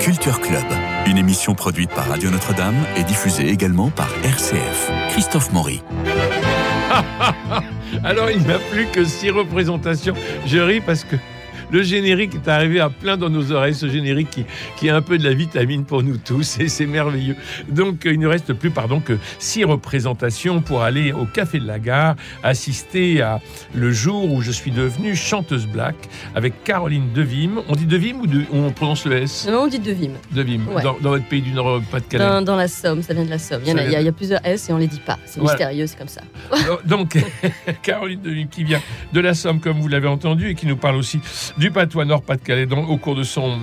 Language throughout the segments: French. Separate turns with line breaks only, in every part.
Culture Club, une émission produite par Radio Notre-Dame et diffusée également par RCF. Christophe Maury.
Alors il n'y a plus que six représentations. Je ris parce que le générique est arrivé à plein dans nos oreilles, ce générique qui, qui est un peu de la vitamine pour nous tous, et c'est merveilleux. Donc euh, il ne reste plus, pardon, que six représentations pour aller au Café de la Gare, assister à le jour où je suis devenue chanteuse black avec Caroline Devime. On dit Devime ou de- on prononce le S
Non, on dit devime.
Devime,
Ouais.
dans, dans votre pays du Nord, pas de Calais.
Dans, dans la Somme, ça vient de la Somme. Il y, en
Ça
a, il y a- il y a plusieurs S et on les dit pas. C'est
Voilà.
mystérieux, c'est comme ça.
Alors, Oh, Donc, Caroline Deville, qui vient de la Somme, comme vous l'avez entendu, et qui nous parle aussi du patois Nord-Pas-de-Calais dans- au cours de son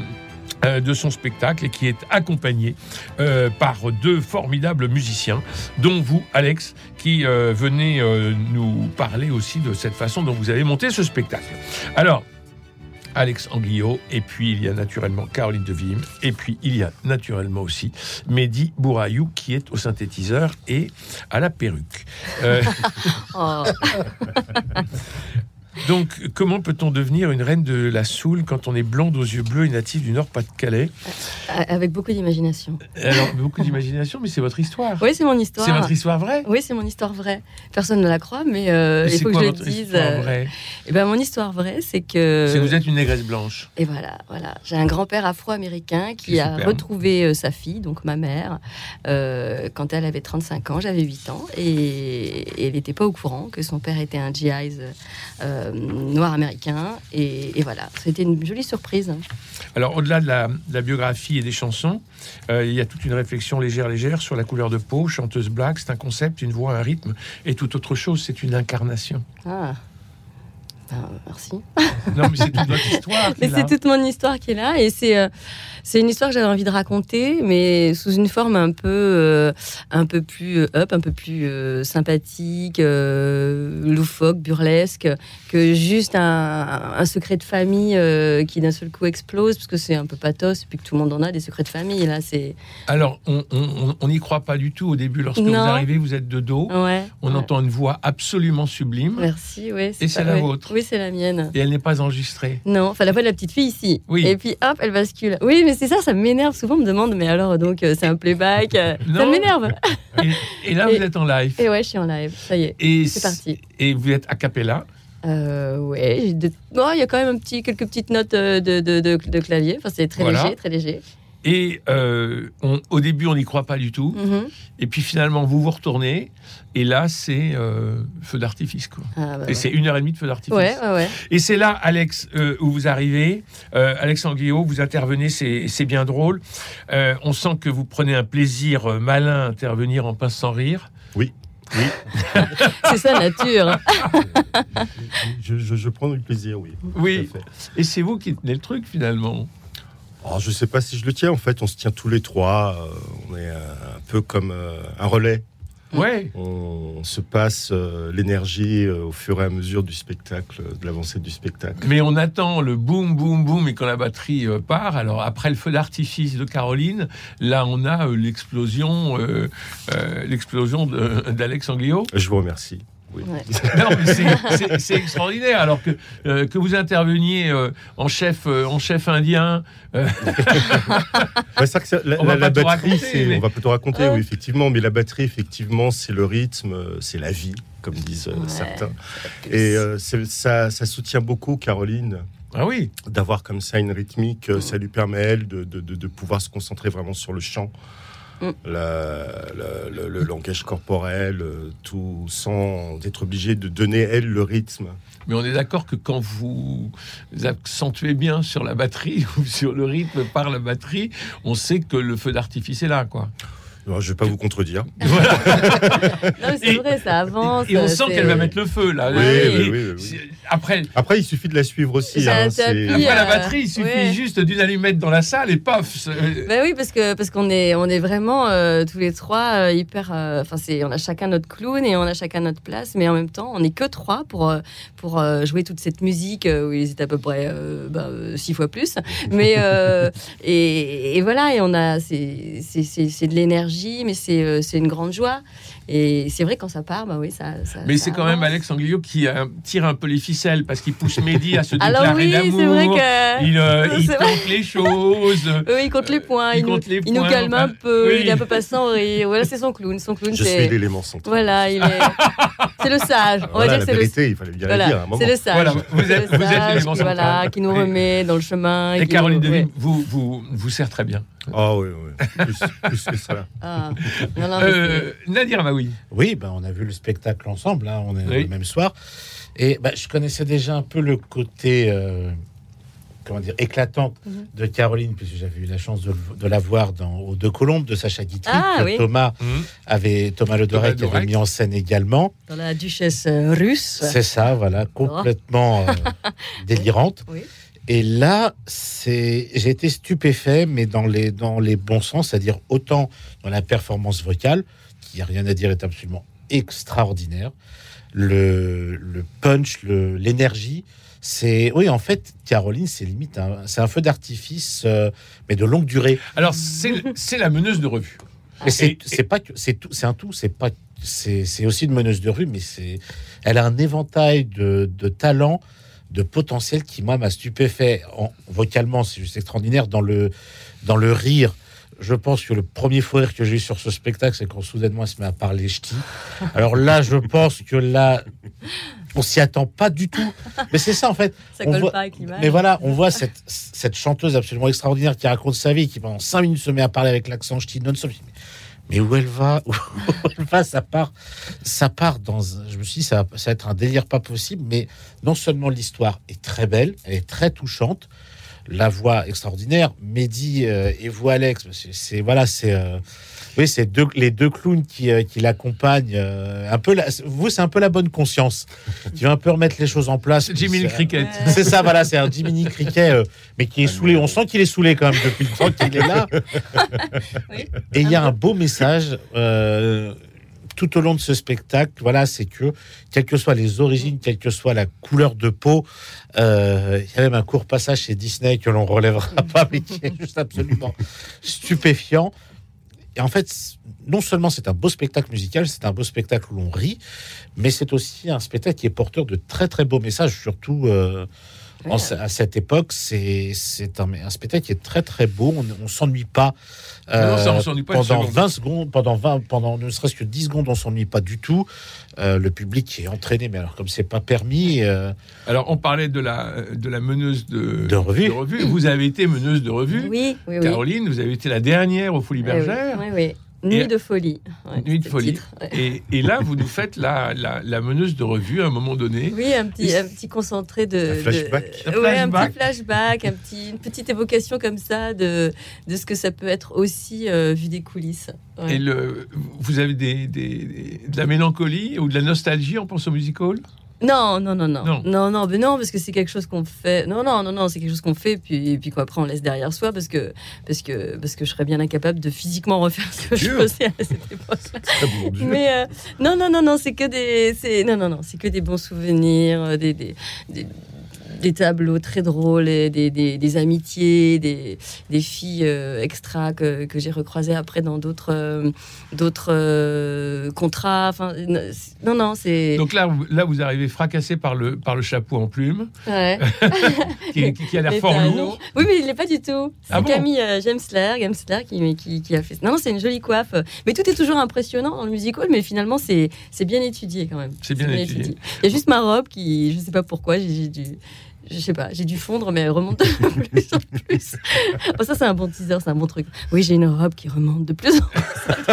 euh, de son spectacle et qui est accompagnée euh, par deux formidables musiciens, dont vous, Alex, qui euh, venez euh, nous parler aussi de cette façon dont vous avez monté ce spectacle. Alors, Alex Anguillot, et puis il y a naturellement Caroline Devime, et puis il y a naturellement aussi Mehdi Bourayou qui est au synthétiseur et à la perruque. Euh,
Oh.
Donc, comment peut-on devenir une reine de la Soule quand on est blonde aux yeux bleus et native du Nord-Pas-de-Calais
A- Avec beaucoup d'imagination.
Alors, beaucoup d'imagination, mais c'est votre histoire.
Oui, c'est mon histoire.
c'est votre histoire vraie.
Oui, c'est mon histoire vraie. Personne ne la croit, mais euh,
Mais
il
c'est
faut que
quoi
je le
votre
dise.
histoire
euh,
vraie
eh ben, mon histoire vraie, c'est que.
C'est que vous êtes une négresse blanche.
Et voilà, voilà. J'ai un grand-père afro-américain qui
C'est
a
superbe.
retrouvé euh, sa fille, donc ma mère, euh, quand elle avait 35 ans, j'avais 8 ans, et, et elle n'était pas au courant que son père était un GI euh, noir américain. Et, et voilà, c'était une jolie surprise. hein.
Alors, au-delà de la, de la biographie et des chansons, euh, il y a toute une réflexion légère, légère sur la couleur de peau. Chanteuse black, c'est un concept, une voix, un rythme, et tout autre chose, c'est une incarnation.
Ah. Ben, merci.
Non, mais c'est toute votre histoire. qui est
Mais
là.
c'est toute mon histoire qui est là et c'est euh, c'est une histoire que j'avais envie de raconter, mais sous une forme un peu euh, un peu plus euh, up, un peu plus euh, sympathique, euh, loufoque, burlesque, que juste un, un secret de famille euh, qui d'un seul coup explose parce que c'est un peu pathos et puis que tout le monde en a des secrets de famille là, c'est
Alors, on on- on n'y croit pas du tout au début. Lorsque vous
Non.
arrivez, vous êtes de dos.
ouais.
On
ouais.
entend une voix absolument sublime.
Merci, oui.
Et c'est la
ouais.
vôtre.
Oui, c'est la mienne.
et elle n'est pas enregistrée.
Non, enfin la voix de la petite fille ici.
Oui.
Et puis hop, elle bascule. Oui, mais c'est ça, ça m'énerve. Souvent, on me demande, mais alors, donc, euh, c'est un playback. euh, ça
Non.
m'énerve.
Et, et là,
Et-
vous êtes en live.
Et ouais, je suis en live. Ça y est.
Et,
c'est parti.
Et vous êtes a cappella.
Euh, ouais, j'ai deux- oh, il y a quand même un petit, quelques petites notes euh, de, de, de- de clavier. Enfin, c'est très
Voilà.
léger, très léger.
Et euh, on- au début, on n'y croit pas du tout.
Mhm.
Et puis finalement, vous vous retournez. Et là, c'est euh, feu d'artifice. quoi.
Ah, bah,
Et
ouais.
c'est une heure et demie de feu d'artifice.
Ouais, ouais, ouais.
Et c'est là, Alex, euh, où vous arrivez. Euh, Alex Anguillot, vous intervenez, c'est c'est bien drôle. Euh, on sent que vous prenez un plaisir euh, malin à intervenir en pince sans rire.
C'est ça, nature. hein.
Je, je- je prends du plaisir, oui.
Oui.
Tout à fait.
Et c'est vous qui tenez le truc finalement.
Alors, je sais pas si je le tiens, en fait, on se tient tous les trois. euh, on est euh, un peu comme euh, un relais.
Mm.
Ouais.
On se passe euh, l'énergie euh, au fur et à mesure du spectacle, euh, de l'avancée du spectacle.
Mais on attend le boum, boum, boum, et quand la batterie euh, part, alors après le feu d'artifice de Caroline, là on a euh, l'explosion, euh, euh, l'explosion de- euh, d'Alex Anguillot.
Euh, Je vous remercie. Oui.
Ouais.
Non, mais c'est- c'est c'est extraordinaire. Alors que euh, que vous interveniez euh, en chef, euh, en chef indien,
Ouais, c'est vrai que ça- la,
On va
la- la
pas tout
batterie,
raconter,
c'est-
mais- Ah.
on va plutôt raconter,
Ouais.
oui, effectivement. Mais la batterie, effectivement, c'est le rythme, euh, c'est la vie, comme disent euh,
Ouais.
certains. Et euh, c'est- ça, ça soutient beaucoup Caroline.
ah oui,
d'avoir comme ça une rythmique, euh, ça lui permet elle de, de- de- de pouvoir se concentrer vraiment sur le chant,
Mm.
La- la- le, le langage corporel, euh, tout sans être obligé de donner elle le rythme.
mais on est d'accord que quand vous accentuez bien sur la batterie ou sur le rythme par la batterie, on sait que le feu d'artifice est là, quoi.
Alors, je vais pas vous contredire.
Voilà.
Non, mais c'est
Et-
vrai, ça avance.
Et on
euh,
sent
c'est-
qu'elle va mettre le feu là.
Oui,
Et-
oui, oui, oui, oui.
c'est- Après,
Après, il suffit de la suivre aussi.
Ça
hein,
t'appuie,
c'est-
euh,
Après la batterie, il suffit
ouais.
juste d'une allumette dans la salle et paf. c'est-
Ben oui, parce que parce qu'on est on est vraiment euh, tous les trois euh, hyper. euh, Enfin, c'est on a chacun notre clown et on a chacun notre place, mais en même temps, on n'est que trois pour euh, pour euh, jouer toute cette musique euh, où ils étaient à peu près euh, ben, euh, six fois plus. Mais euh, et, et voilà, et on a c'est c'est- c'est c'est de l'énergie énergie, mais c'est euh, c'est une grande joie. Et c'est vrai, quand ça part, bah oui, ça. ça-
Mais
ça
c'est quand même
avance.
Alex Anglio qui euh, tire un peu les ficelles parce qu'il pousse Mehdi à se déclarer
Alors oui,
d'amour.
c'est vrai que.
Il, euh, il
C'est vrai.
tente les choses.
Eux, ils comptent les points,
Ils
ils, nous,
comptent les
ils nous
points,
calment
enfin,
un peu,
oui.
il est un peu passant. Et voilà, c'est son clown. Son clown,
Je suis
c'est.
l'élément central.
Voilà, il est. C'est le sage. On va dire
Voilà, la
que c'est le.
vérité, il fallait bien la
Voilà,
dire à un moment.
c'est le sage.
Voilà, vous êtes-
C'est le
vous êtes
sage
l'élément
qui,
central.
voilà, qui nous
Et-
remet dans le chemin.
Et
qui
Caroline
nous-
Devine
ouais.
vous, vous, vous sert très bien.
Ah oui, oui. Plus, plus que ça.
Ah. Non, non, mais
Euh, Nadir Maoui.
Oui, ben, on a vu le spectacle ensemble, hein, on est
Oui.
le même soir. Et ben, je connaissais déjà un peu le côté euh, comment dire, éclatant
Mhm.
de Caroline, puisque j'avais eu la chance de, le- de la voir dans Aux Deux Colombes de Sacha Guitry,
Ah,
que
oui.
Thomas, avait, Thomas Le Dorec
Thomas
avait
Lodorec.
mis en scène également.
c'est Dans la duchesse euh, russe.
C'est ça, voilà, complètement euh, délirante.
Oui.
Et là, c'est, j'ai été stupéfait, mais dans les, dans les bons sens, c'est-à-dire autant dans la performance vocale, qui, y a rien à dire, est absolument extraordinaire. Le, le punch, le- l'énergie, c'est. Oui, en fait, Caroline, c'est limite, un- c'est un feu d'artifice, euh, mais de longue durée.
Alors, c'est c'est la meneuse de revue.
Mais c'est
Et-
c'est pas que- c'est tout, c'est un tout, c'est pas c'est c'est aussi une meneuse de rue, mais c'est elle a un éventail de, de talents, de potentiel qui moi m'a stupéfait en, vocalement, c'est juste extraordinaire dans le dans le rire. Je pense que le premier fou rire que j'ai eu sur ce spectacle, c'est quand soudainement elle se met à parler ch'ti. Alors là, je pense que là, on s'y attend pas du tout. Mais c'est ça en fait.
Ça
On
colle
voit-
pas avec l'image.
Mais voilà, on voit cette, cette chanteuse absolument extraordinaire qui raconte sa vie, qui pendant cinq minutes se met à parler avec l'accent ch'ti non-stop. Je dis, Mais mais où elle va Où elle va Ça part, ça part dans. un- Je me suis dit, ça va, ça va être un délire pas possible. Mais non seulement l'histoire est très belle, elle est très touchante, la voix extraordinaire. Mehdi euh, et vous, Alex, c'est- c'est voilà, c'est euh, oui, c'est deux, les deux clowns qui, euh, qui l'accompagnent. euh, un peu, la- vous, c'est un peu la bonne conscience qui va un peu remettre les choses en place.
C'est Jimmy le
C'est-
Cricket.
Ouais.
c'est ça, voilà, c'est un Jiminy Cricket, euh, mais qui est saoulé. On sent qu'il est saoulé quand même depuis le temps qu'il est là.
Oui.
Et il y a un beau message euh, tout au long de ce spectacle. Voilà, c'est que, quelles que soient les origines, quelle que soit la couleur de peau, euh, il y a même un court passage chez Disney que l'on relèvera pas, mais qui est juste absolument stupéfiant. Et en fait, c- non seulement c'est un beau spectacle musical, c'est un beau spectacle où l'on rit, mais c'est aussi un spectacle qui est porteur de très très beaux messages, surtout euh, en
Ouais.
ce- à cette époque. C'est c'est un, un spectacle qui est très très beau. On ne s'ennuie pas.
Non, ça, on
euh,
s'ennuie pas une
pendant
seconde.
20 secondes, pendant 20, pendant ne serait-ce que 10 secondes, on s'ennuie pas du tout. Euh, le public est entraîné, mais alors comme c'est pas permis, euh,
Alors, on parlait de la, de la meneuse de,
De revue.
Vous avez été meneuse de revue.
Oui, oui, oui.
Caroline, vous avez été la dernière aux Folies
Eh oui,
Bergères.
oui, oui. Nuit
Et-
de folie. Ouais,
Nuit de
c'est le
folie.
titre, ouais.
Et, et là, vous nous faites la, la, la meneuse de revue à un moment donné.
Oui, un petit, un petit concentré de.
Un
de-
flashback.
Un
Ouais, un
flashback.
petit flashback, un petit, une petite évocation comme ça de, de ce que ça peut être aussi euh, vu des coulisses. Ouais.
Et le, vous avez des, des- des- de la mélancolie ou de la nostalgie en pensant au music hall
Non, non, non, non.
Non.
Non, non, mais non, parce que c'est quelque chose qu'on fait. Non, non, non, non, c'est quelque chose qu'on fait, puis, et puis quoi, après on laisse derrière soi, parce que, parce que, parce que je serais bien incapable de physiquement refaire ce que
Dieu.
je faisais à cette époque-là.
Ah, mon Dieu.
Mais euh, non, non, non, non, c'est que des, c'est non, non, non, c'est que des bons souvenirs, euh, des, des, des- des tableaux très drôles, et des, des, des amitiés, des, des filles euh, extra que, que j'ai recroisées après dans d'autres, euh, d'autres euh, contrats. Enfin, n- c'est- non, non, c'est.
Donc là, vous- là, vous arrivez fracassé par le, par le chapeau en plume,
Ouais.
qui, qui- qui a l'air
Mais
fort
t'as-
lourd.
Oui, mais il l'est pas du tout. C'est
Ah bon
Camille euh, Gemsler, Gemsler qui, qui, qui a fait. Non, non, c'est une jolie coiffe. Mais tout est toujours impressionnant dans le musical, mais finalement, c'est c'est bien étudié quand même.
C'est bien étudié.
Il y a juste ma robe qui, je sais pas pourquoi, j'ai j'ai dû. Je sais pas, j'ai dû fondre, mais elle remonte de plus en plus. Oh, ça, c'est un bon teaser, c'est un bon truc. Oui, j'ai une robe qui remonte de plus en plus.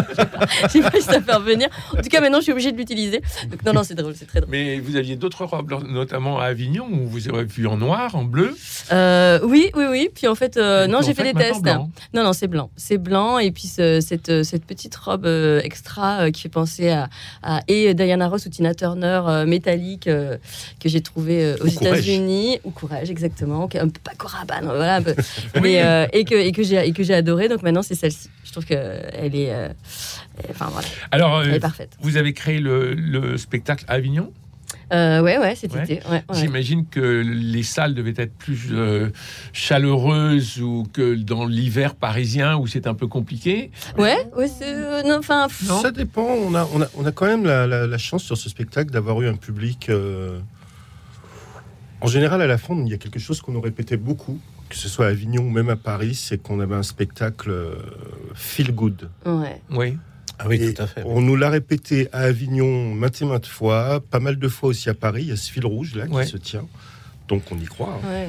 Je sais pas si ça fait revenir. En tout cas, maintenant, je suis obligée de l'utiliser. Donc, non, non, c'est drôle, c'est très drôle.
Mais vous aviez d'autres robes, notamment à Avignon, où vous auriez pu en noir, en bleu.
Euh, oui, oui, oui. Puis en fait, euh, non,
Vous
j'ai
en
fait des
faites maintenant
tests.
blanc.
Non, non, c'est blanc. C'est blanc. Et puis ce- cette, euh, cette petite robe euh, extra euh, qui fait penser à, à et Diana Ross ou Tina Turner euh, métallique euh, que j'ai trouvé euh, aux
Ou Courage.
États-Unis ou courage exactement, qui est un peu pas Corabane, voilà, un peu. mais euh, et que et que j'ai et que j'ai adoré. Donc maintenant c'est celle-ci. Je trouve que elle est, euh, enfin voilà,
Alors, euh,
elle est parfaite.
vous avez créé le, le spectacle à Avignon
Euh, ouais, ouais, cet
Ouais.
été. ouais, ouais.
J'imagine que les salles devaient être plus euh, chaleureuses ou que dans l'hiver parisien où c'est un peu compliqué.
Ouais, ouais, c'est- euh, non, enfin, pff,
Non.
Ça dépend. On a, on a, on a quand même la, la- la chance sur ce spectacle d'avoir eu un public. euh, En général, à la fin, il y a quelque chose qu'on nous répétait beaucoup, que ce soit à Avignon ou même à Paris, c'est qu'on avait un spectacle euh, feel good.
ouais.
Oui.
Ah oui,
Et
tout à
Eh
fait.
On nous l'a répété à Avignon maintes et maintes fois, pas mal de fois aussi à Paris. Il y a ce fil rouge là
Ouais.
qui se tient. Donc on y croit. hein.
ouais.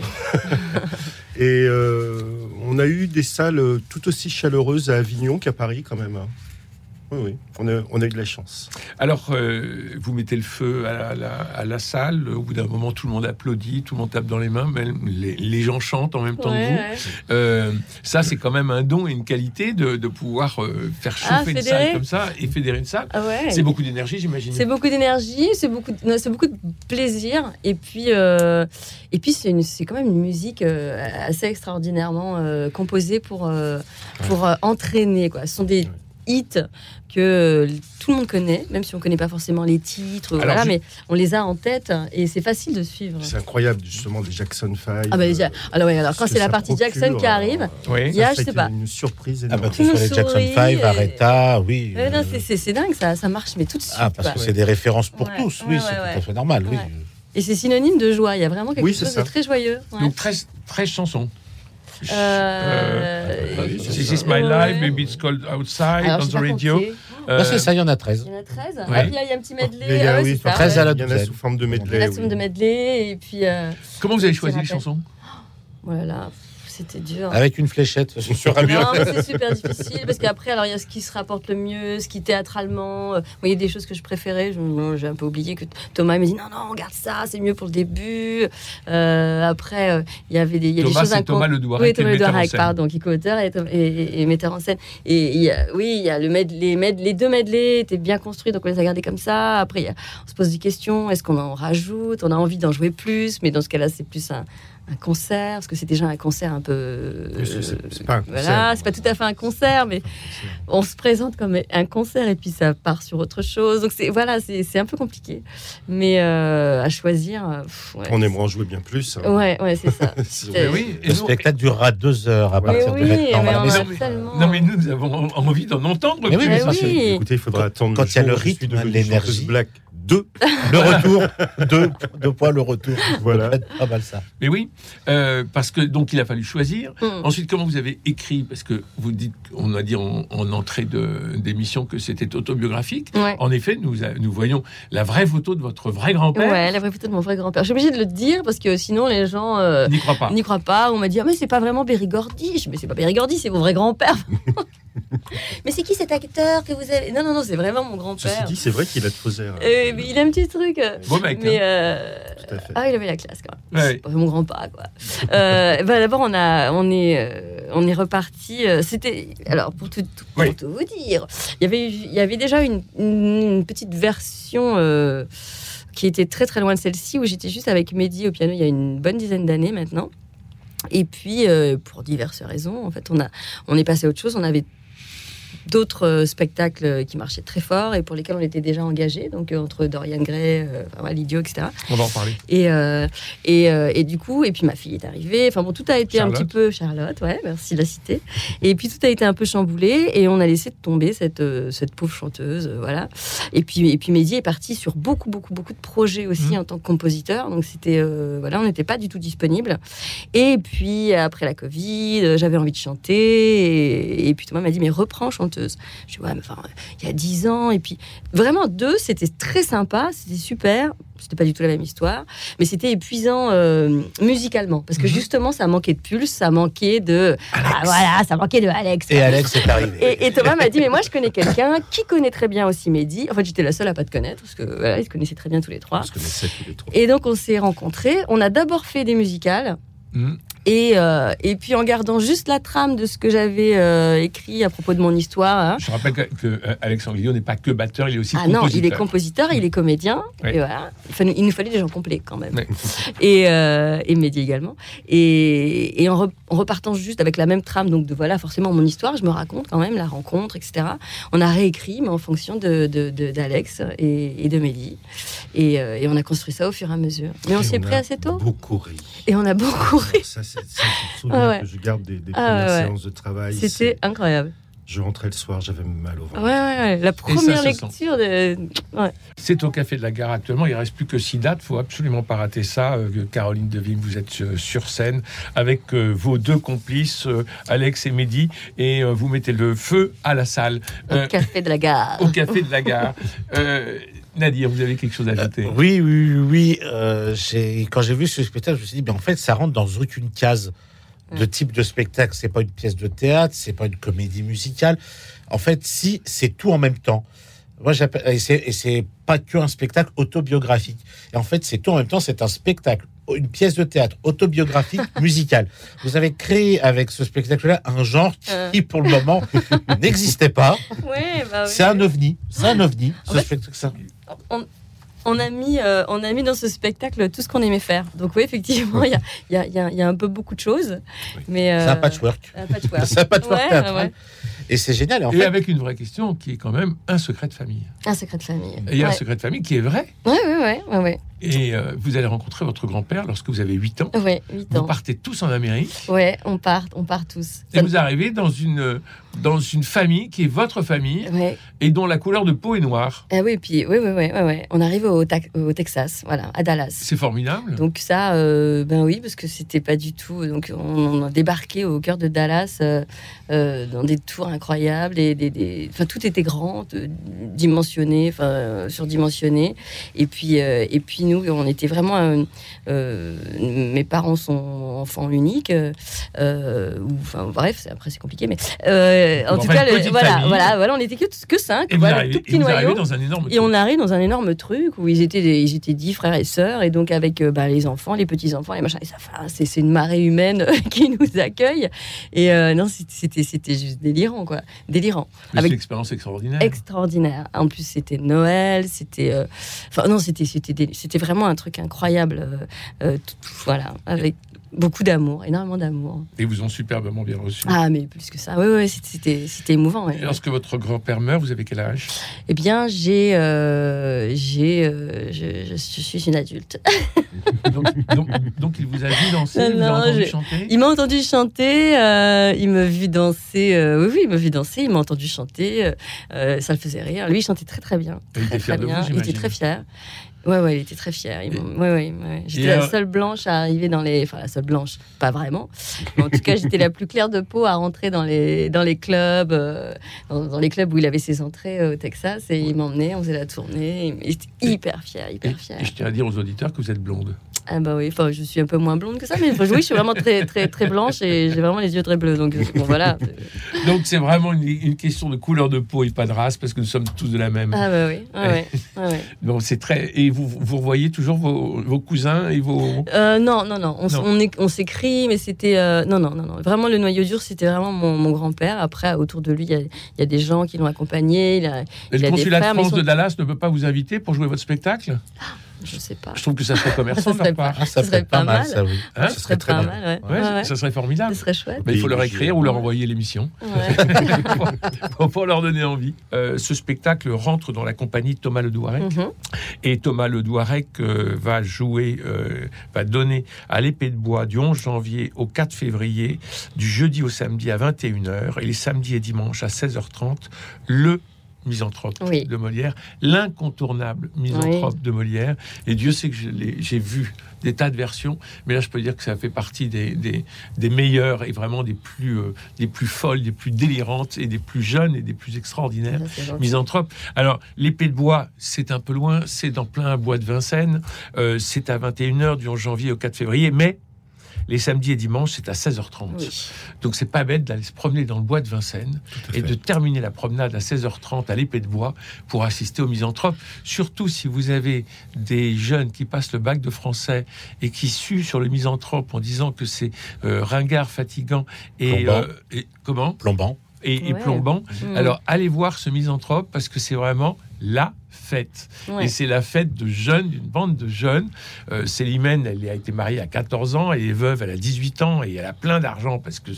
Et euh, on a eu des salles tout aussi chaleureuses à Avignon qu'à Paris quand même. hein. Oui, oui, on a, on a eu de la chance.
Alors, euh, vous mettez le feu à la, à la- à la salle. Au bout d'un moment, tout le monde applaudit, tout le monde tape dans les mains. Mais les, les gens chantent en même temps
Ouais,
que vous.
ouais.
Euh, ça, c'est quand même un don et une qualité de, de pouvoir euh, faire chauffer
Ah,
une
fédérer.
salle comme ça et fédérer une salle.
Ah ouais.
C'est beaucoup d'énergie, j'imagine.
Mm.
C'est beaucoup d'énergie, c'est beaucoup, de- non, c'est beaucoup de plaisir, et puis, euh, et puis c'est, une- c'est quand même une musique euh, assez extraordinairement euh, composée pour, euh, pour euh, entraîner. Quoi. Ce sont des hits que euh, tout le monde connaît, même si on ne connaît pas forcément les titres, voilà,
je-
mais on les a en tête et c'est facile de suivre.
C'est incroyable, justement, les Jackson 5.
Ah bah, déjà, alors, ouais, alors
ce
quand
que
c'est la
euh, ça
partie
procure,
Jackson qui
euh,
arrive,
Oui.
Il y a,
ça,
je
ça
sais
été
pas.
une surprise
Ah bah,
énorme.
que ce soit
Tout
les
me
Jackson
sourit
5,
et-
Arrêta, oui.
Ouais, non,
euh,
c'est, c'est- c'est dingue, ça, ça marche, mais tout de suite.
Ah, parce
quoi.
que c'est des références pour
Ouais,
tous,
ouais,
oui, c'est
ouais,
tout
ouais.
à fait normal, oui.
Ouais. Et c'est synonyme de joie, il y a vraiment quelque
Oui, c'est
chose
ça.
de très joyeux. ouais.
Donc, 13, 13 chansons. Euh,
Euh,
oui, c'est
This
ça.
is my life,
Ouais.
maybe it's cold outside,
alors,
on
j'ai
the
pas
radio.
compté.
Euh,
Bah, c'est ça, il y en a
Il
13.
y en a 13
Ouais.
Ah, puis là, il y a un petit medley.
Il y a-
ah, ouais,
oui,
c'est ça,
13 à
ouais.
la
Il y en a
douzaine.
sous forme de
Il y a
medley.
la somme
oui.
de medley. Et puis, euh,
Comment vous avez
Ça
choisi les
rappelle.
chansons
voilà, pff, c'était dur.
Ah,
Avec une fléchette sur un mur.
Non, mais c'est super difficile parce qu'après, alors il y a ce qui se rapporte le mieux, ce qui théâtralement. euh, Vous voyez des choses que je préférais. je- bon, J'ai un peu oublié que Thomas il m'a dit non, non, regarde ça, c'est mieux pour le début. Euh, après, euh, il y avait des, il y a des
Thomas,
choses
c'est
inco-
Thomas Le Douarec,
Oui,
qui est
Thomas
le
Le
metteur en
Douarec,
scène.
pardon, qui est co-auteur et, et- et- et metteur en scène. Et il y a- oui, il y a le med- les, med- les deux medleys étaient bien construits, donc on les a gardés comme ça. Après, il y a- on se pose des questions est-ce qu'on en rajoute On a envie d'en jouer plus, mais dans ce cas-là, c'est plus un, un concert, parce que c'est déjà un concert un peu.
Mais c'est- c'est- c'est pas un
euh, Voilà,
concert.
c'est pas tout à fait un concert, mais on se présente comme un concert et puis ça part sur autre chose. Donc c'est voilà, c'est c'est un peu compliqué, mais euh, à choisir. euh, pff, ouais.
On aimerait en jouer bien plus. hein.
Ouais, ouais, c'est ça.
Si
Mais
Euh,
oui, et
Le
nous-
spectacle durera deux heures à
mais
partir
Eh oui,
de
mais
maintenant. voilà.
on
Mais
a
c'est-
tellement.
Non, mais nous, nous avons en- envie d'en entendre
Mais
plus.
oui,
Mais
ça, c'est-
on-
oui.
Écoutez, il faudra
Quand-
attendre
quand il y a
jour
le
où je suis
rythme,
devenu
l'énergie.
chanteuse Black 2.
Le retour, deux, deux points, le retour.
Voilà.
Ça va être Pas mal ça.
Mais oui, euh, parce que donc il a fallu choisir.
Mm.
Ensuite, comment vous avez écrit Parce que vous dites, on a dit en, en entrée de- d'émission que c'était autobiographique.
Ouais.
En effet, nous, a- nous voyons la vraie photo de votre vrai grand-père.
Ouais, la vraie photo de mon vrai grand-père. Je suis obligée de le dire parce que sinon les gens euh,
N'y crois pas.
n'y croient pas. On m'a dit ah, mais c'est pas vraiment Bérigordi. Je dis, mais c'est pas Bérigordi, c'est mon vrai grand-père. mais c'est qui cet acteur que vous avez Non non non, c'est vraiment mon
Ceci
grand-père.
dit, c'est vrai qu'il a de fausses airs.
Euh, mais il a un petit truc. euh,
Beau mec.
Mais
hein.
euh,
Tout à fait.
ah, il avait la classe quand même.
Ouais.
C'est pas mon grand-père quoi. Euh, bah, d'abord on a, on est, euh, on est reparti. euh, C'était alors pour tout, tout- pour
Oui.
tout vous dire, il y avait, eu- il y avait déjà une, une- une petite version. euh, qui était très très loin de celle-ci, où j'étais juste avec Mehdi au piano il y a une bonne dizaine d'années maintenant. Et puis, euh, pour diverses raisons, en fait, on, a, on est passé à autre chose. On avait d'autres euh, spectacles qui marchaient très fort et pour lesquels on était déjà engagé, donc euh, entre Dorian Gray, euh, enfin, ouais, l'idiot, etc.
On va en parler.
Et, euh, et, euh, et du coup, et puis ma fille est arrivée. Enfin bon, tout a été
Charlotte.
un petit peu Charlotte, ouais, merci de la cité. Et puis tout a été un peu chamboulé et on a laissé tomber cette, euh, cette pauvre chanteuse, euh, voilà. Et puis et puis Mehdi est parti sur beaucoup beaucoup beaucoup de projets aussi
Mhm.
en tant que compositeur. Donc c'était euh, voilà, on n'était pas du tout disponible. Et puis après la Covid, euh, j'avais envie de chanter et, et puis Thomas m'a dit mais reprends chanteuse. Je dis ouais, mais enfin il y a dix ans et puis vraiment deux, c'était très sympa, c'était super. C'était pas du tout la même histoire mais c'était épuisant euh, musicalement parce que
Mhm.
justement ça manquait de pulse, ça manquait de Ah, voilà, ça manquait de Alex.
Et Alex est arrivé.
Et, et Thomas m'a dit mais moi je connais quelqu'un qui connaît très bien aussi Mehdi. En fait j'étais la seule à pas te connaître parce que voilà, ils se connaissaient très bien tous les trois.
Parce que les sept, tous les trois.
Et donc on s'est rencontrés. On a d'abord fait des musicales.
Mhm.
Et, euh, et puis en gardant juste la trame de ce que j'avais euh, écrit à propos de mon histoire. hein.
Je rappelle que, que, euh, Alexandre Guillaume n'est pas que batteur, il est aussi
Ah non,
compositeur.
il est compositeur, il est comédien.
Ouais.
Et voilà. Il, fa- il nous fallait des gens complets quand même.
Ouais.
Et, euh, et Mehdi également. Et, et en, re- en repartant juste avec la même trame, donc de voilà, forcément mon histoire, je me raconte quand même la rencontre, etc. On a réécrit, mais en fonction de- de- de- d'Alex de, et, et de Mehdi. Et, euh, et on a construit ça au fur et à mesure. Mais on
Et
s'est
on
pris
a
assez tôt.
Beaucoup ri.
Et on a beaucoup ri.
Ça, c'est ça, c'est un souvenir
Ah ouais.
que je garde des, des
Ah
premières
ouais.
séances de travail.
C'était
C'est-
incroyable.
Je rentrais le soir, j'avais mal au ventre.
Ouais, ouais, ouais. La première
se sent.
lecture de.
C'est au Café de la Gare actuellement. Il reste plus que six dates. faut absolument pas rater ça. Euh, Caroline Devine, vous êtes euh, sur scène avec euh, vos deux complices, euh, Alex et Mehdi, et euh, vous mettez le feu à la salle
au
euh,
Café de la gare.
au Café de la Gare. Euh, Nadir, vous avez quelque chose à
Euh,
ajouter
Oui, oui, oui, oui. euh, j'ai- quand j'ai vu ce spectacle, je me suis dit, mais en fait, ça rentre dans aucune case de
Ouais.
type de spectacle. C'est pas une pièce de théâtre, c'est pas une comédie musicale. En fait, si, c'est tout en même temps. Moi, j'appelle, et c'est, et c'est pas que un spectacle autobiographique. Et en fait, c'est tout en même temps, c'est un spectacle, une pièce de théâtre autobiographique musicale. Vous avez créé avec ce spectacle-là un genre qui, pour le moment, n'existait pas.
Ouais, bah Euh. oui.
C'est un ovni. C'est un ovni.
En
ce
fait- euh,
spectacle, c'est un-
on, on a mis, euh, on a mis dans ce spectacle tout ce qu'on aimait faire. Donc oui, effectivement, il y a, il y, a- il y a- il y a un peu beaucoup de choses. Mais,
c'est
euh,
un patchwork.
un patchwork.
C'est un patchwork
Ouais,
théâtral.
ouais.
hein. Et c'est génial. Et en
Et
fait,
avec une vraie question qui est quand même un secret de famille.
Un secret de famille.
Et il y a un
Ouais.
secret de famille qui est vrai.
Ouais, ouais, ouais, ouais, ouais.
Et euh, vous allez rencontrer votre grand-père lorsque vous avez 8 ans.
Ouais, 8
Vous
ans.
partez tous en Amérique
Ouais, on part, on part tous.
et vous arrivez dans une, euh, dans une famille qui est votre famille
Ouais.
et dont la couleur de peau est noire.
Ah oui, puis oui, oui, oui, oui, oui. On arrive au, Tac- au Texas, voilà, à Dallas.
C'est formidable.
Donc ça, euh, ben oui, parce que c'était pas du tout. Donc on, on a débarqué au cœur de Dallas, euh, euh, dans des tours incroyables, et des, des- enfin tout était grand, de- dimensionné, enfin euh, surdimensionné. Et puis euh, et puis nous, on était vraiment. euh, euh, mes parents sont enfants uniques, euh, euh, ou enfin bref, c'est- après c'est compliqué, mais euh, en
Bon,
tout
enfin,
cas,
une
le-
petite
voilà,
famille.
voilà, voilà, on était que, que cinq,
Et vous,
voilà,
arrivez,
tout
et
petit
vous
noyau.
arrivez dans un énorme
Et
truc.
on arrive dans un énorme truc où ils étaient, des- ils étaient dix frères et sœurs, et donc avec euh, bah, les enfants, les petits-enfants, les machins, et ça, enfin, c'est c'est une marée humaine qui nous accueille. Et euh, non, c'était- c'était c'était juste délirant, quoi. Délirant.
Mais C'est
avec-
une expérience extraordinaire.
Extraordinaire. En plus, c'était Noël, c'était. euh, Enfin, non, c'était c'était dé- c'était vraiment un truc incroyable. euh, euh, tout- voilà, avec beaucoup d'amour, énormément d'amour.
Et vous ont superbement bien reçu.
Ah, mais plus que ça. Oui, oui, c'était- c'était c'était émouvant. ouais.
Et lorsque votre grand-père meurt, vous avez quel âge
Eh bien, j'ai. euh, j'ai euh, je- je suis une adulte.
donc, donc- donc il vous a vu danser,
Non,
il vous a
non,
entendu
j'ai-
chanter.
Il m'a entendu chanter, euh, il m'a vu danser, euh, oui, oui, il m'a vu danser, il m'a entendu chanter, euh, euh, ça le faisait rire. Lui, il chantait très très bien.
Et il était
Très,
fier
très
de vous,
bien. il était
j'imagine.
très fier. Ouais, ouais, il était très fier. Il
Et-
m'a- ouais, ouais, ouais. J'étais
et euh,
la
alors-
seule blanche à arriver dans les. Enfin, la seule blanche, pas vraiment. Mais en tout cas, j'étais la plus claire de peau à rentrer dans les, dans les clubs, euh, dans, dans les clubs où il avait ses entrées euh, au Texas. Et il m'emmenait, on faisait la tournée. Il était hyper fier, hyper
Et,
fier.
et je tiens à dire aux auditeurs que vous êtes blonde.
Ah bah oui, enfin je suis un peu moins blonde que ça, mais oui, je suis vraiment très très très blanche et j'ai vraiment les yeux très bleus, donc euh, bon voilà.
Donc c'est vraiment une, une question de couleur de peau et pas de race, parce que nous sommes tous de la même.
Ah bah oui, ouais, ouais, ouais, ouais.
Bon, c'est très. Et vous, vous revoyez toujours vos, vos cousins et vos.
Euh, non non non, on, s-
Non.
on est- on s'écrit, mais c'était euh, non non non non, vraiment le noyau dur c'était vraiment mon, mon grand-père. Après autour de lui il y a, il y a des gens qui l'ont accompagné, il a-
Et
Il
le
a des
consulat
frères,
de
mais ils
France
sont-
de Dallas ne peut pas vous inviter pour jouer votre spectacle
je sais pas,
Je trouve que ça serait commerçant de
Ça serait
leur part.
Ah, ça
Ce
serait pas, mal, ça, oui.
Hein
Ce serait très
pas
bien.
mal, ouais.
Ouais,
Ouais, ouais.
Ça serait formidable.
Ce serait chouette.
Mais il faut leur
Pays du
écrire
Sud.
ou leur envoyer l'émission
ouais.
pour, pour leur donner envie. Euh, ce spectacle rentre dans la compagnie de Thomas Le Douarec
Mhm.
et Thomas Le Douarec euh, va jouer, euh, va donner à l'épée de bois du 11 janvier au 4 février, du jeudi au samedi à 21h et les samedis et dimanches à 16h30, le misanthrope
Oui.
de Molière, l'incontournable misanthrope de Molière. Et Dieu sait que je l'ai- j'ai vu des tas de versions, mais là je peux dire que ça fait partie des, des, des meilleures et vraiment des plus, euh, des plus folles, des plus délirantes et des plus jeunes et des plus extraordinaires
Ça, c'est gentil.
misanthrope. Alors, l'épée de bois, c'est un peu loin, c'est dans plein bois de Vincennes, euh, c'est à 21h du 11 janvier au 4 février, mais Les samedis et dimanches, c'est à 16h30.
Oui.
Donc c'est pas bête d'aller se promener dans le bois de Vincennes
à
et
fait.
de terminer la promenade à 16h30 à l'épée de bois pour assister aux misanthropes. Surtout si vous avez des jeunes qui passent le bac de français et qui suent sur le misanthrope en disant que c'est euh, ringard, fatigant et,
Plombant.
euh, et- comment
Plombant.
et, et
Ouais.
plombant.
Mm.
Alors allez voir ce misanthrope parce que c'est vraiment la fête.
Ouais.
Et c'est la fête de jeunes, d'une bande de jeunes. Euh, Célimène, elle a été mariée à 14 ans, elle est veuve, elle a 18 ans et elle a plein d'argent parce que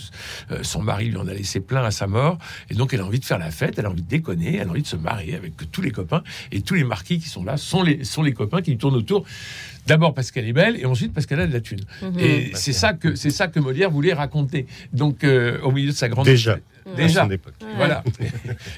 euh, son mari lui en a laissé plein à sa mort. Et donc elle a envie de faire la fête, elle a envie de déconner, elle a envie de se marier avec tous les copains. Et tous les marquis qui sont là sont les, sont les copains qui lui tournent autour. D'abord parce qu'elle est belle et ensuite parce qu'elle a de la thune.
Mhm.
Et c'est ça, que, c'est ça que Molière voulait raconter. Donc euh, au milieu de sa grande...
Déjà. à
Déjà.
son époque.
Ouais.
Voilà.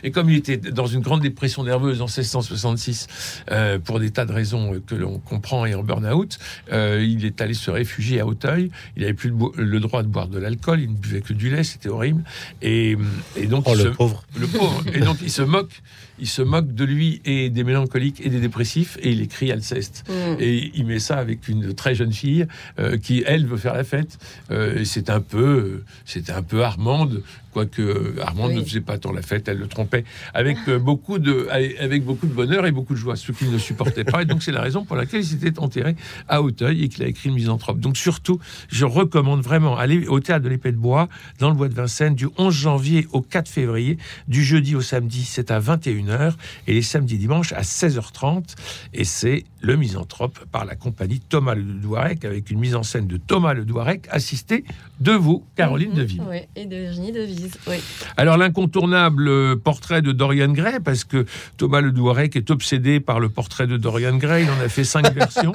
Et comme il était dans une grande dépression nerveuse en 1666, euh, pour des tas de raisons euh, que l'on comprend et en burn-out, euh, il est allé se réfugier à Auteuil. Il n'avait plus de bo- le droit de boire de l'alcool, il ne buvait que du lait, c'était horrible. Et, et donc,
Oh,
il
le
se-
pauvre.
le pauvre. Et donc, il se moque, il se moque de lui et des mélancoliques et des dépressifs, et il écrit Alceste.
Mm.
Et il met ça avec une très jeune fille euh, qui, elle, veut faire la fête. Euh, et c'est un peu, c'est un peu Armande, quoique euh, Armande
Oui.
ne faisait pas tant la fête, elle le trompait avec euh, beaucoup de, avec beaucoup de bonheur et beaucoup de joie, ce qu'il ne supportait pas. Et donc c'est la raison pour laquelle il s'était enterré à Auteuil et qu'il a écrit le Misanthrope. Donc surtout, je recommande vraiment aller au théâtre de l'Épée de Bois, dans le bois de Vincennes, du 11 janvier au 4 février, du jeudi au samedi, c'est à 21h, et les samedis et dimanches à 16h30. Et c'est Le Misanthrope par la compagnie Thomas Le Douarec, avec une mise en scène de Thomas Le Douarec, assisté de vous, Caroline
Mhm.
Deville.
Ouais, et de Virginie Devise. Oui.
Alors l'incontournable euh, portrait de Dorian Gray, parce que Thomas Le Douarec est obsédé par le portrait de Dorian Gray, il en a fait cinq versions.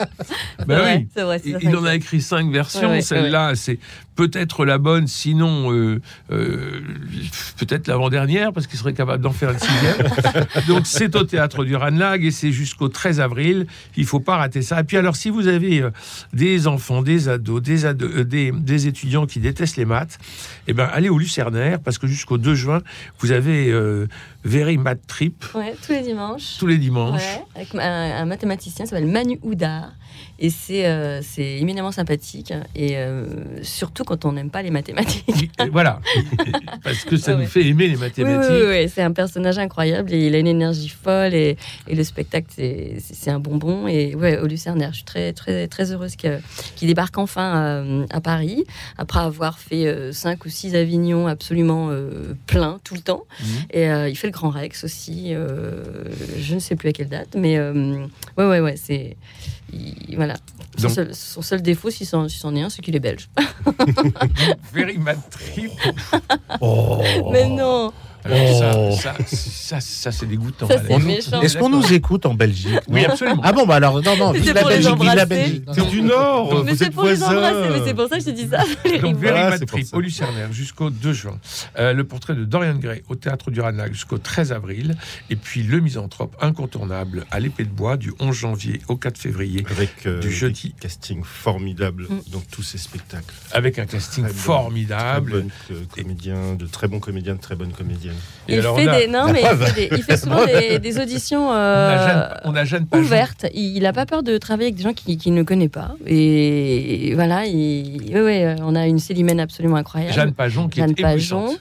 C'est
Ben
vrai,
oui.
c'est vrai, c'est
Il,
vrai.
il en a écrit cinq versions.
Ouais, ouais,
Celle-là, c'est peut-être la bonne, sinon euh, euh, peut-être l'avant-dernière, parce qu'il serait capable d'en faire une sixième. Donc c'est au théâtre du Ranlag et c'est jusqu'au 13 avril. Il faut pas rater ça. Et puis alors, si vous avez euh, des enfants, des ados, des, ado- euh, des, des étudiants qui détestent les maths, eh ben allez au Lucernaire, parce que jusqu'au 2 juin, vous avez euh, Very Math Trip
Ouais, tous les dimanches.
tous les dimanches.
Ouais, avec un, un mathématicien qui s'appelle Manu Oudard. Et c'est euh, c'est éminemment sympathique. Et euh, surtout quand on n'aime pas les mathématiques.
Et euh, Voilà, parce que ça
Ouais,
nous
Ah ouais.
fait aimer les
Oui, oui,
mathématiques.
oui, oui, c'est un personnage incroyable et il a une énergie folle et, et le spectacle c'est- c'est c'est un bonbon et ouais au Lucernaire je suis très très très heureuse que- qu'il débarque enfin euh, à, Paris après avoir fait euh, cinq ou six Avignon absolument euh, plein tout le temps
Mhm.
et euh, il fait le Grand Rex aussi euh, je ne sais plus à quelle date mais euh, ouais ouais ouais c'est il- voilà son
Donc-
seul, son seul défaut si c'en si c'en est un c'est qu'il est belge
Very Mad Trip.
Oh.
mais non
Alors
Oh.
Ah, ça, ça, ça, ça, c'est dégoûtant.
Ça,
Alain.
c'est méchant.
Est-ce qu'on nous écoute en Belgique
Oui,
non
absolument.
Ah bon, bah alors, non, non,
C'était
vive la
pour les
Belgique, vive la
embrasser.
Belgique. Non,
C'est
non.
du
Oh,
Nord,
mais
vous
c'est
êtes
pour les embrasser mais c'est
voisins.
pour ça que je te dis ça
Donc, Very
Ah,
Mad
c'est pour
Trip
ça.
au Lucernaire jusqu'au 2 juin. Euh, le portrait de Dorian Gray au théâtre du Ranag jusqu'au 13 avril. Et puis Le Misanthrope incontournable à l'épée de bois du 11 janvier au 4 février.
Avec euh,
Du jeudi.
des castings formidables
Mm.
dans tous ces spectacles.
Avec un casting
Très bon.
formidable.
Très bons, euh, comédiens, de très bons comédiens, de très bonnes comédiennes.
Et
il
alors
fait
là,
des, non,
la
mais il
preuve.
fait des- il fait souvent des, des auditions
on a
euh,
Jeanne- on a Jeanne Pajon.
ouvertes. Il n'a pas peur de travailler avec des gens qu'il qu'il ne connaît pas. Et voilà, il, ouais, ouais, euh, on a une Célimène absolument incroyable.
Jeanne Pajon qui
Jeanne
est éblouissante.
Pajon.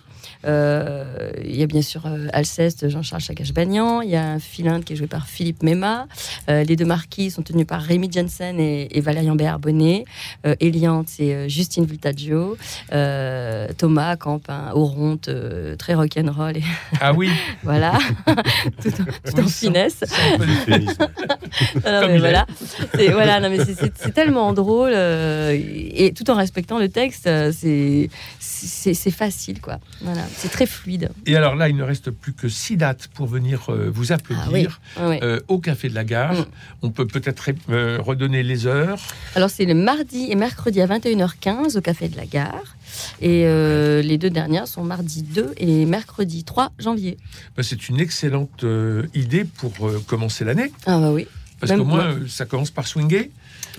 Euh, il y a bien sûr euh, Alceste, Jean-Charles Chakache-Bagnan. Il y a un filinde qui est joué par Philippe Mema. Euh, les deux marquis sont tenus par Rémi Jensen et, et Valérian Béarbonnet. Euh, Eliante, c'est euh, Justine Vultaggio. Euh, Thomas Camp, un Oronte euh, très rock'n'roll. Et
Ah oui,
voilà, tout, en- tout en
Oui, sans-
finesse.
Féminisme.
Non, non,
Comme
mais
il est.
voilà, c'est voilà, non, mais c'est- c'est c'est tellement drôle euh, et tout en respectant le texte, euh, c'est c'est c'est facile quoi. Voilà, c'est très fluide.
et alors là, il ne reste plus que six dates pour venir euh, vous applaudir
Ah oui. Ouais, ouais.
euh, au Café de la Gare.
Mm.
On peut peut-être ré- euh, redonner les heures.
Alors c'est le mardi et mercredi à 21h15 au café de la gare et euh, les deux dernières sont mardi 2 et mercredi 3 janvier.
Ben, c'est une excellente euh, idée pour euh, commencer l'année.
Ah bah oui,
Parce
Même
que moi,
moi.
euh, ça commence par swinguer,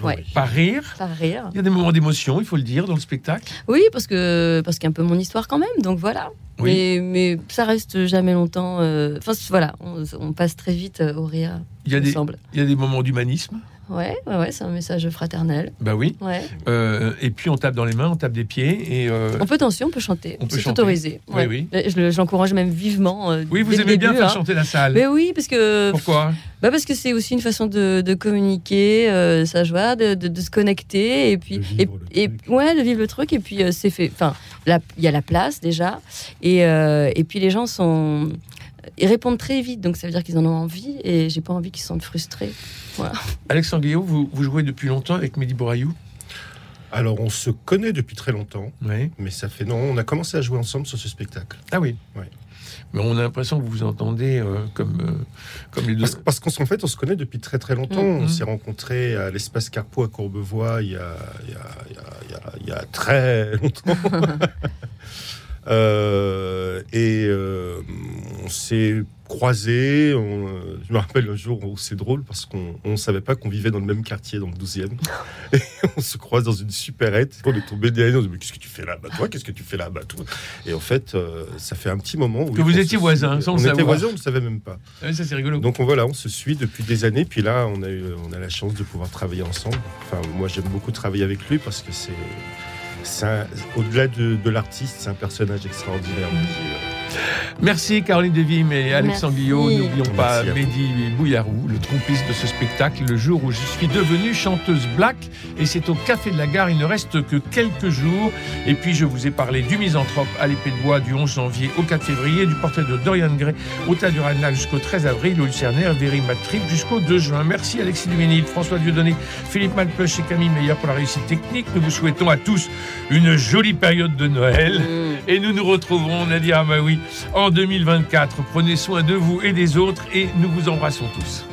Ouais.
Oui.
par rire.
pas rire.
Il y a des moments d'émotion, il faut le dire, dans le spectacle.
Oui, parce que parce qu'un peu mon histoire quand même, donc voilà.
Oui.
Mais, mais ça reste jamais longtemps. euh, Enfin voilà, on, on passe très vite euh, au rire
Il y a des,
ensemble.
il y a des moments d'humanisme.
ouais, ouais, ouais, c'est un message fraternel.
Bah oui.
Ouais.
Euh, et puis on tape dans les mains, on tape des pieds et euh,
On peut danser, on peut chanter.
On peut
C'est
chanter.
autorisé.
Oui,
Ouais.
oui.
Et je le- J'encourage même vivement. euh,
oui, vous
dès le
aimez bien
début,
faire
hein.
chanter la salle.
Mais oui, parce que
Pourquoi
bah parce que c'est aussi une façon de, de communiquer euh, sa joie, de, de- de se connecter et puis
De vivre
et, et-
le truc.
ouais de vivre le truc et puis euh, c'est fait. Enfin, là, il y a la place déjà et euh, et puis les gens sont ils répondent très vite, donc ça veut dire qu'ils en ont envie et j'ai pas envie qu'ils se sentent frustrés.
Alexandre Guillaume, vous, vous jouez depuis longtemps avec Mehdi Bourayou
Alors, on se connaît depuis très longtemps,
Oui.
mais ça fait non. On a commencé à jouer ensemble sur ce spectacle.
Ah oui.
Ouais.
Mais on a l'impression que vous vous entendez euh, comme, euh, comme les deux.
Parce, parce qu'en en fait, on se connaît depuis très très longtemps.
Mhm.
On s'est rencontrés à l'espace Carpo à Courbevoie il y a, il y a- il y a- il y a- il y a très longtemps. Euh, et euh, on s'est croisés. on, euh, je me rappelle un jour où c'est drôle parce qu'on ne savait pas qu'on vivait dans le même quartier, dans le 12e. et on se croise dans une supérette. On est tombé derrière. On se dit Mais qu'est-ce que tu fais là Bah toi, qu'est-ce que tu fais là Bah toi. Et en fait, euh, ça fait un petit moment. où
Que vous
on se
étiez
suit.
voisins, sans
On
le
était
savoir.
voisins, on ne le savait même pas.
Ah oui, ça, c'est rigolo.
Donc on, voilà, on se suit depuis des années, puis là on a, eu, on a la chance de pouvoir travailler ensemble. Enfin, moi j'aime beaucoup travailler avec lui parce que c'est, c'est un- au-delà de, de l'artiste, c'est un personnage extraordinaire.
Merci Caroline Devim et Alexandre
Merci.
Guillaume. N'oublions pas
Merci à vous.
Mehdi Bouillarou, le trompiste de ce spectacle, le jour où je suis devenue chanteuse black. Et c'est au Café de la Gare, il ne reste que quelques jours. Et puis je vous ai parlé du Misanthrope à l'épée de bois du 11 janvier au 4 février, du portrait de Dorian Gray au tas du Ranelagh jusqu'au 13 avril, au Lucernaire, Véry-Matrip jusqu'au 2 juin. Merci Alexis Duménil, François Dieudonné, Philippe Malpeuch et Camille Meyer pour la réussite technique. Nous vous souhaitons à tous une jolie période de Noël. Et nous nous retrouverons, Nadia Amaoui, en 2024. Prenez soin de vous et des autres et nous vous embrassons tous.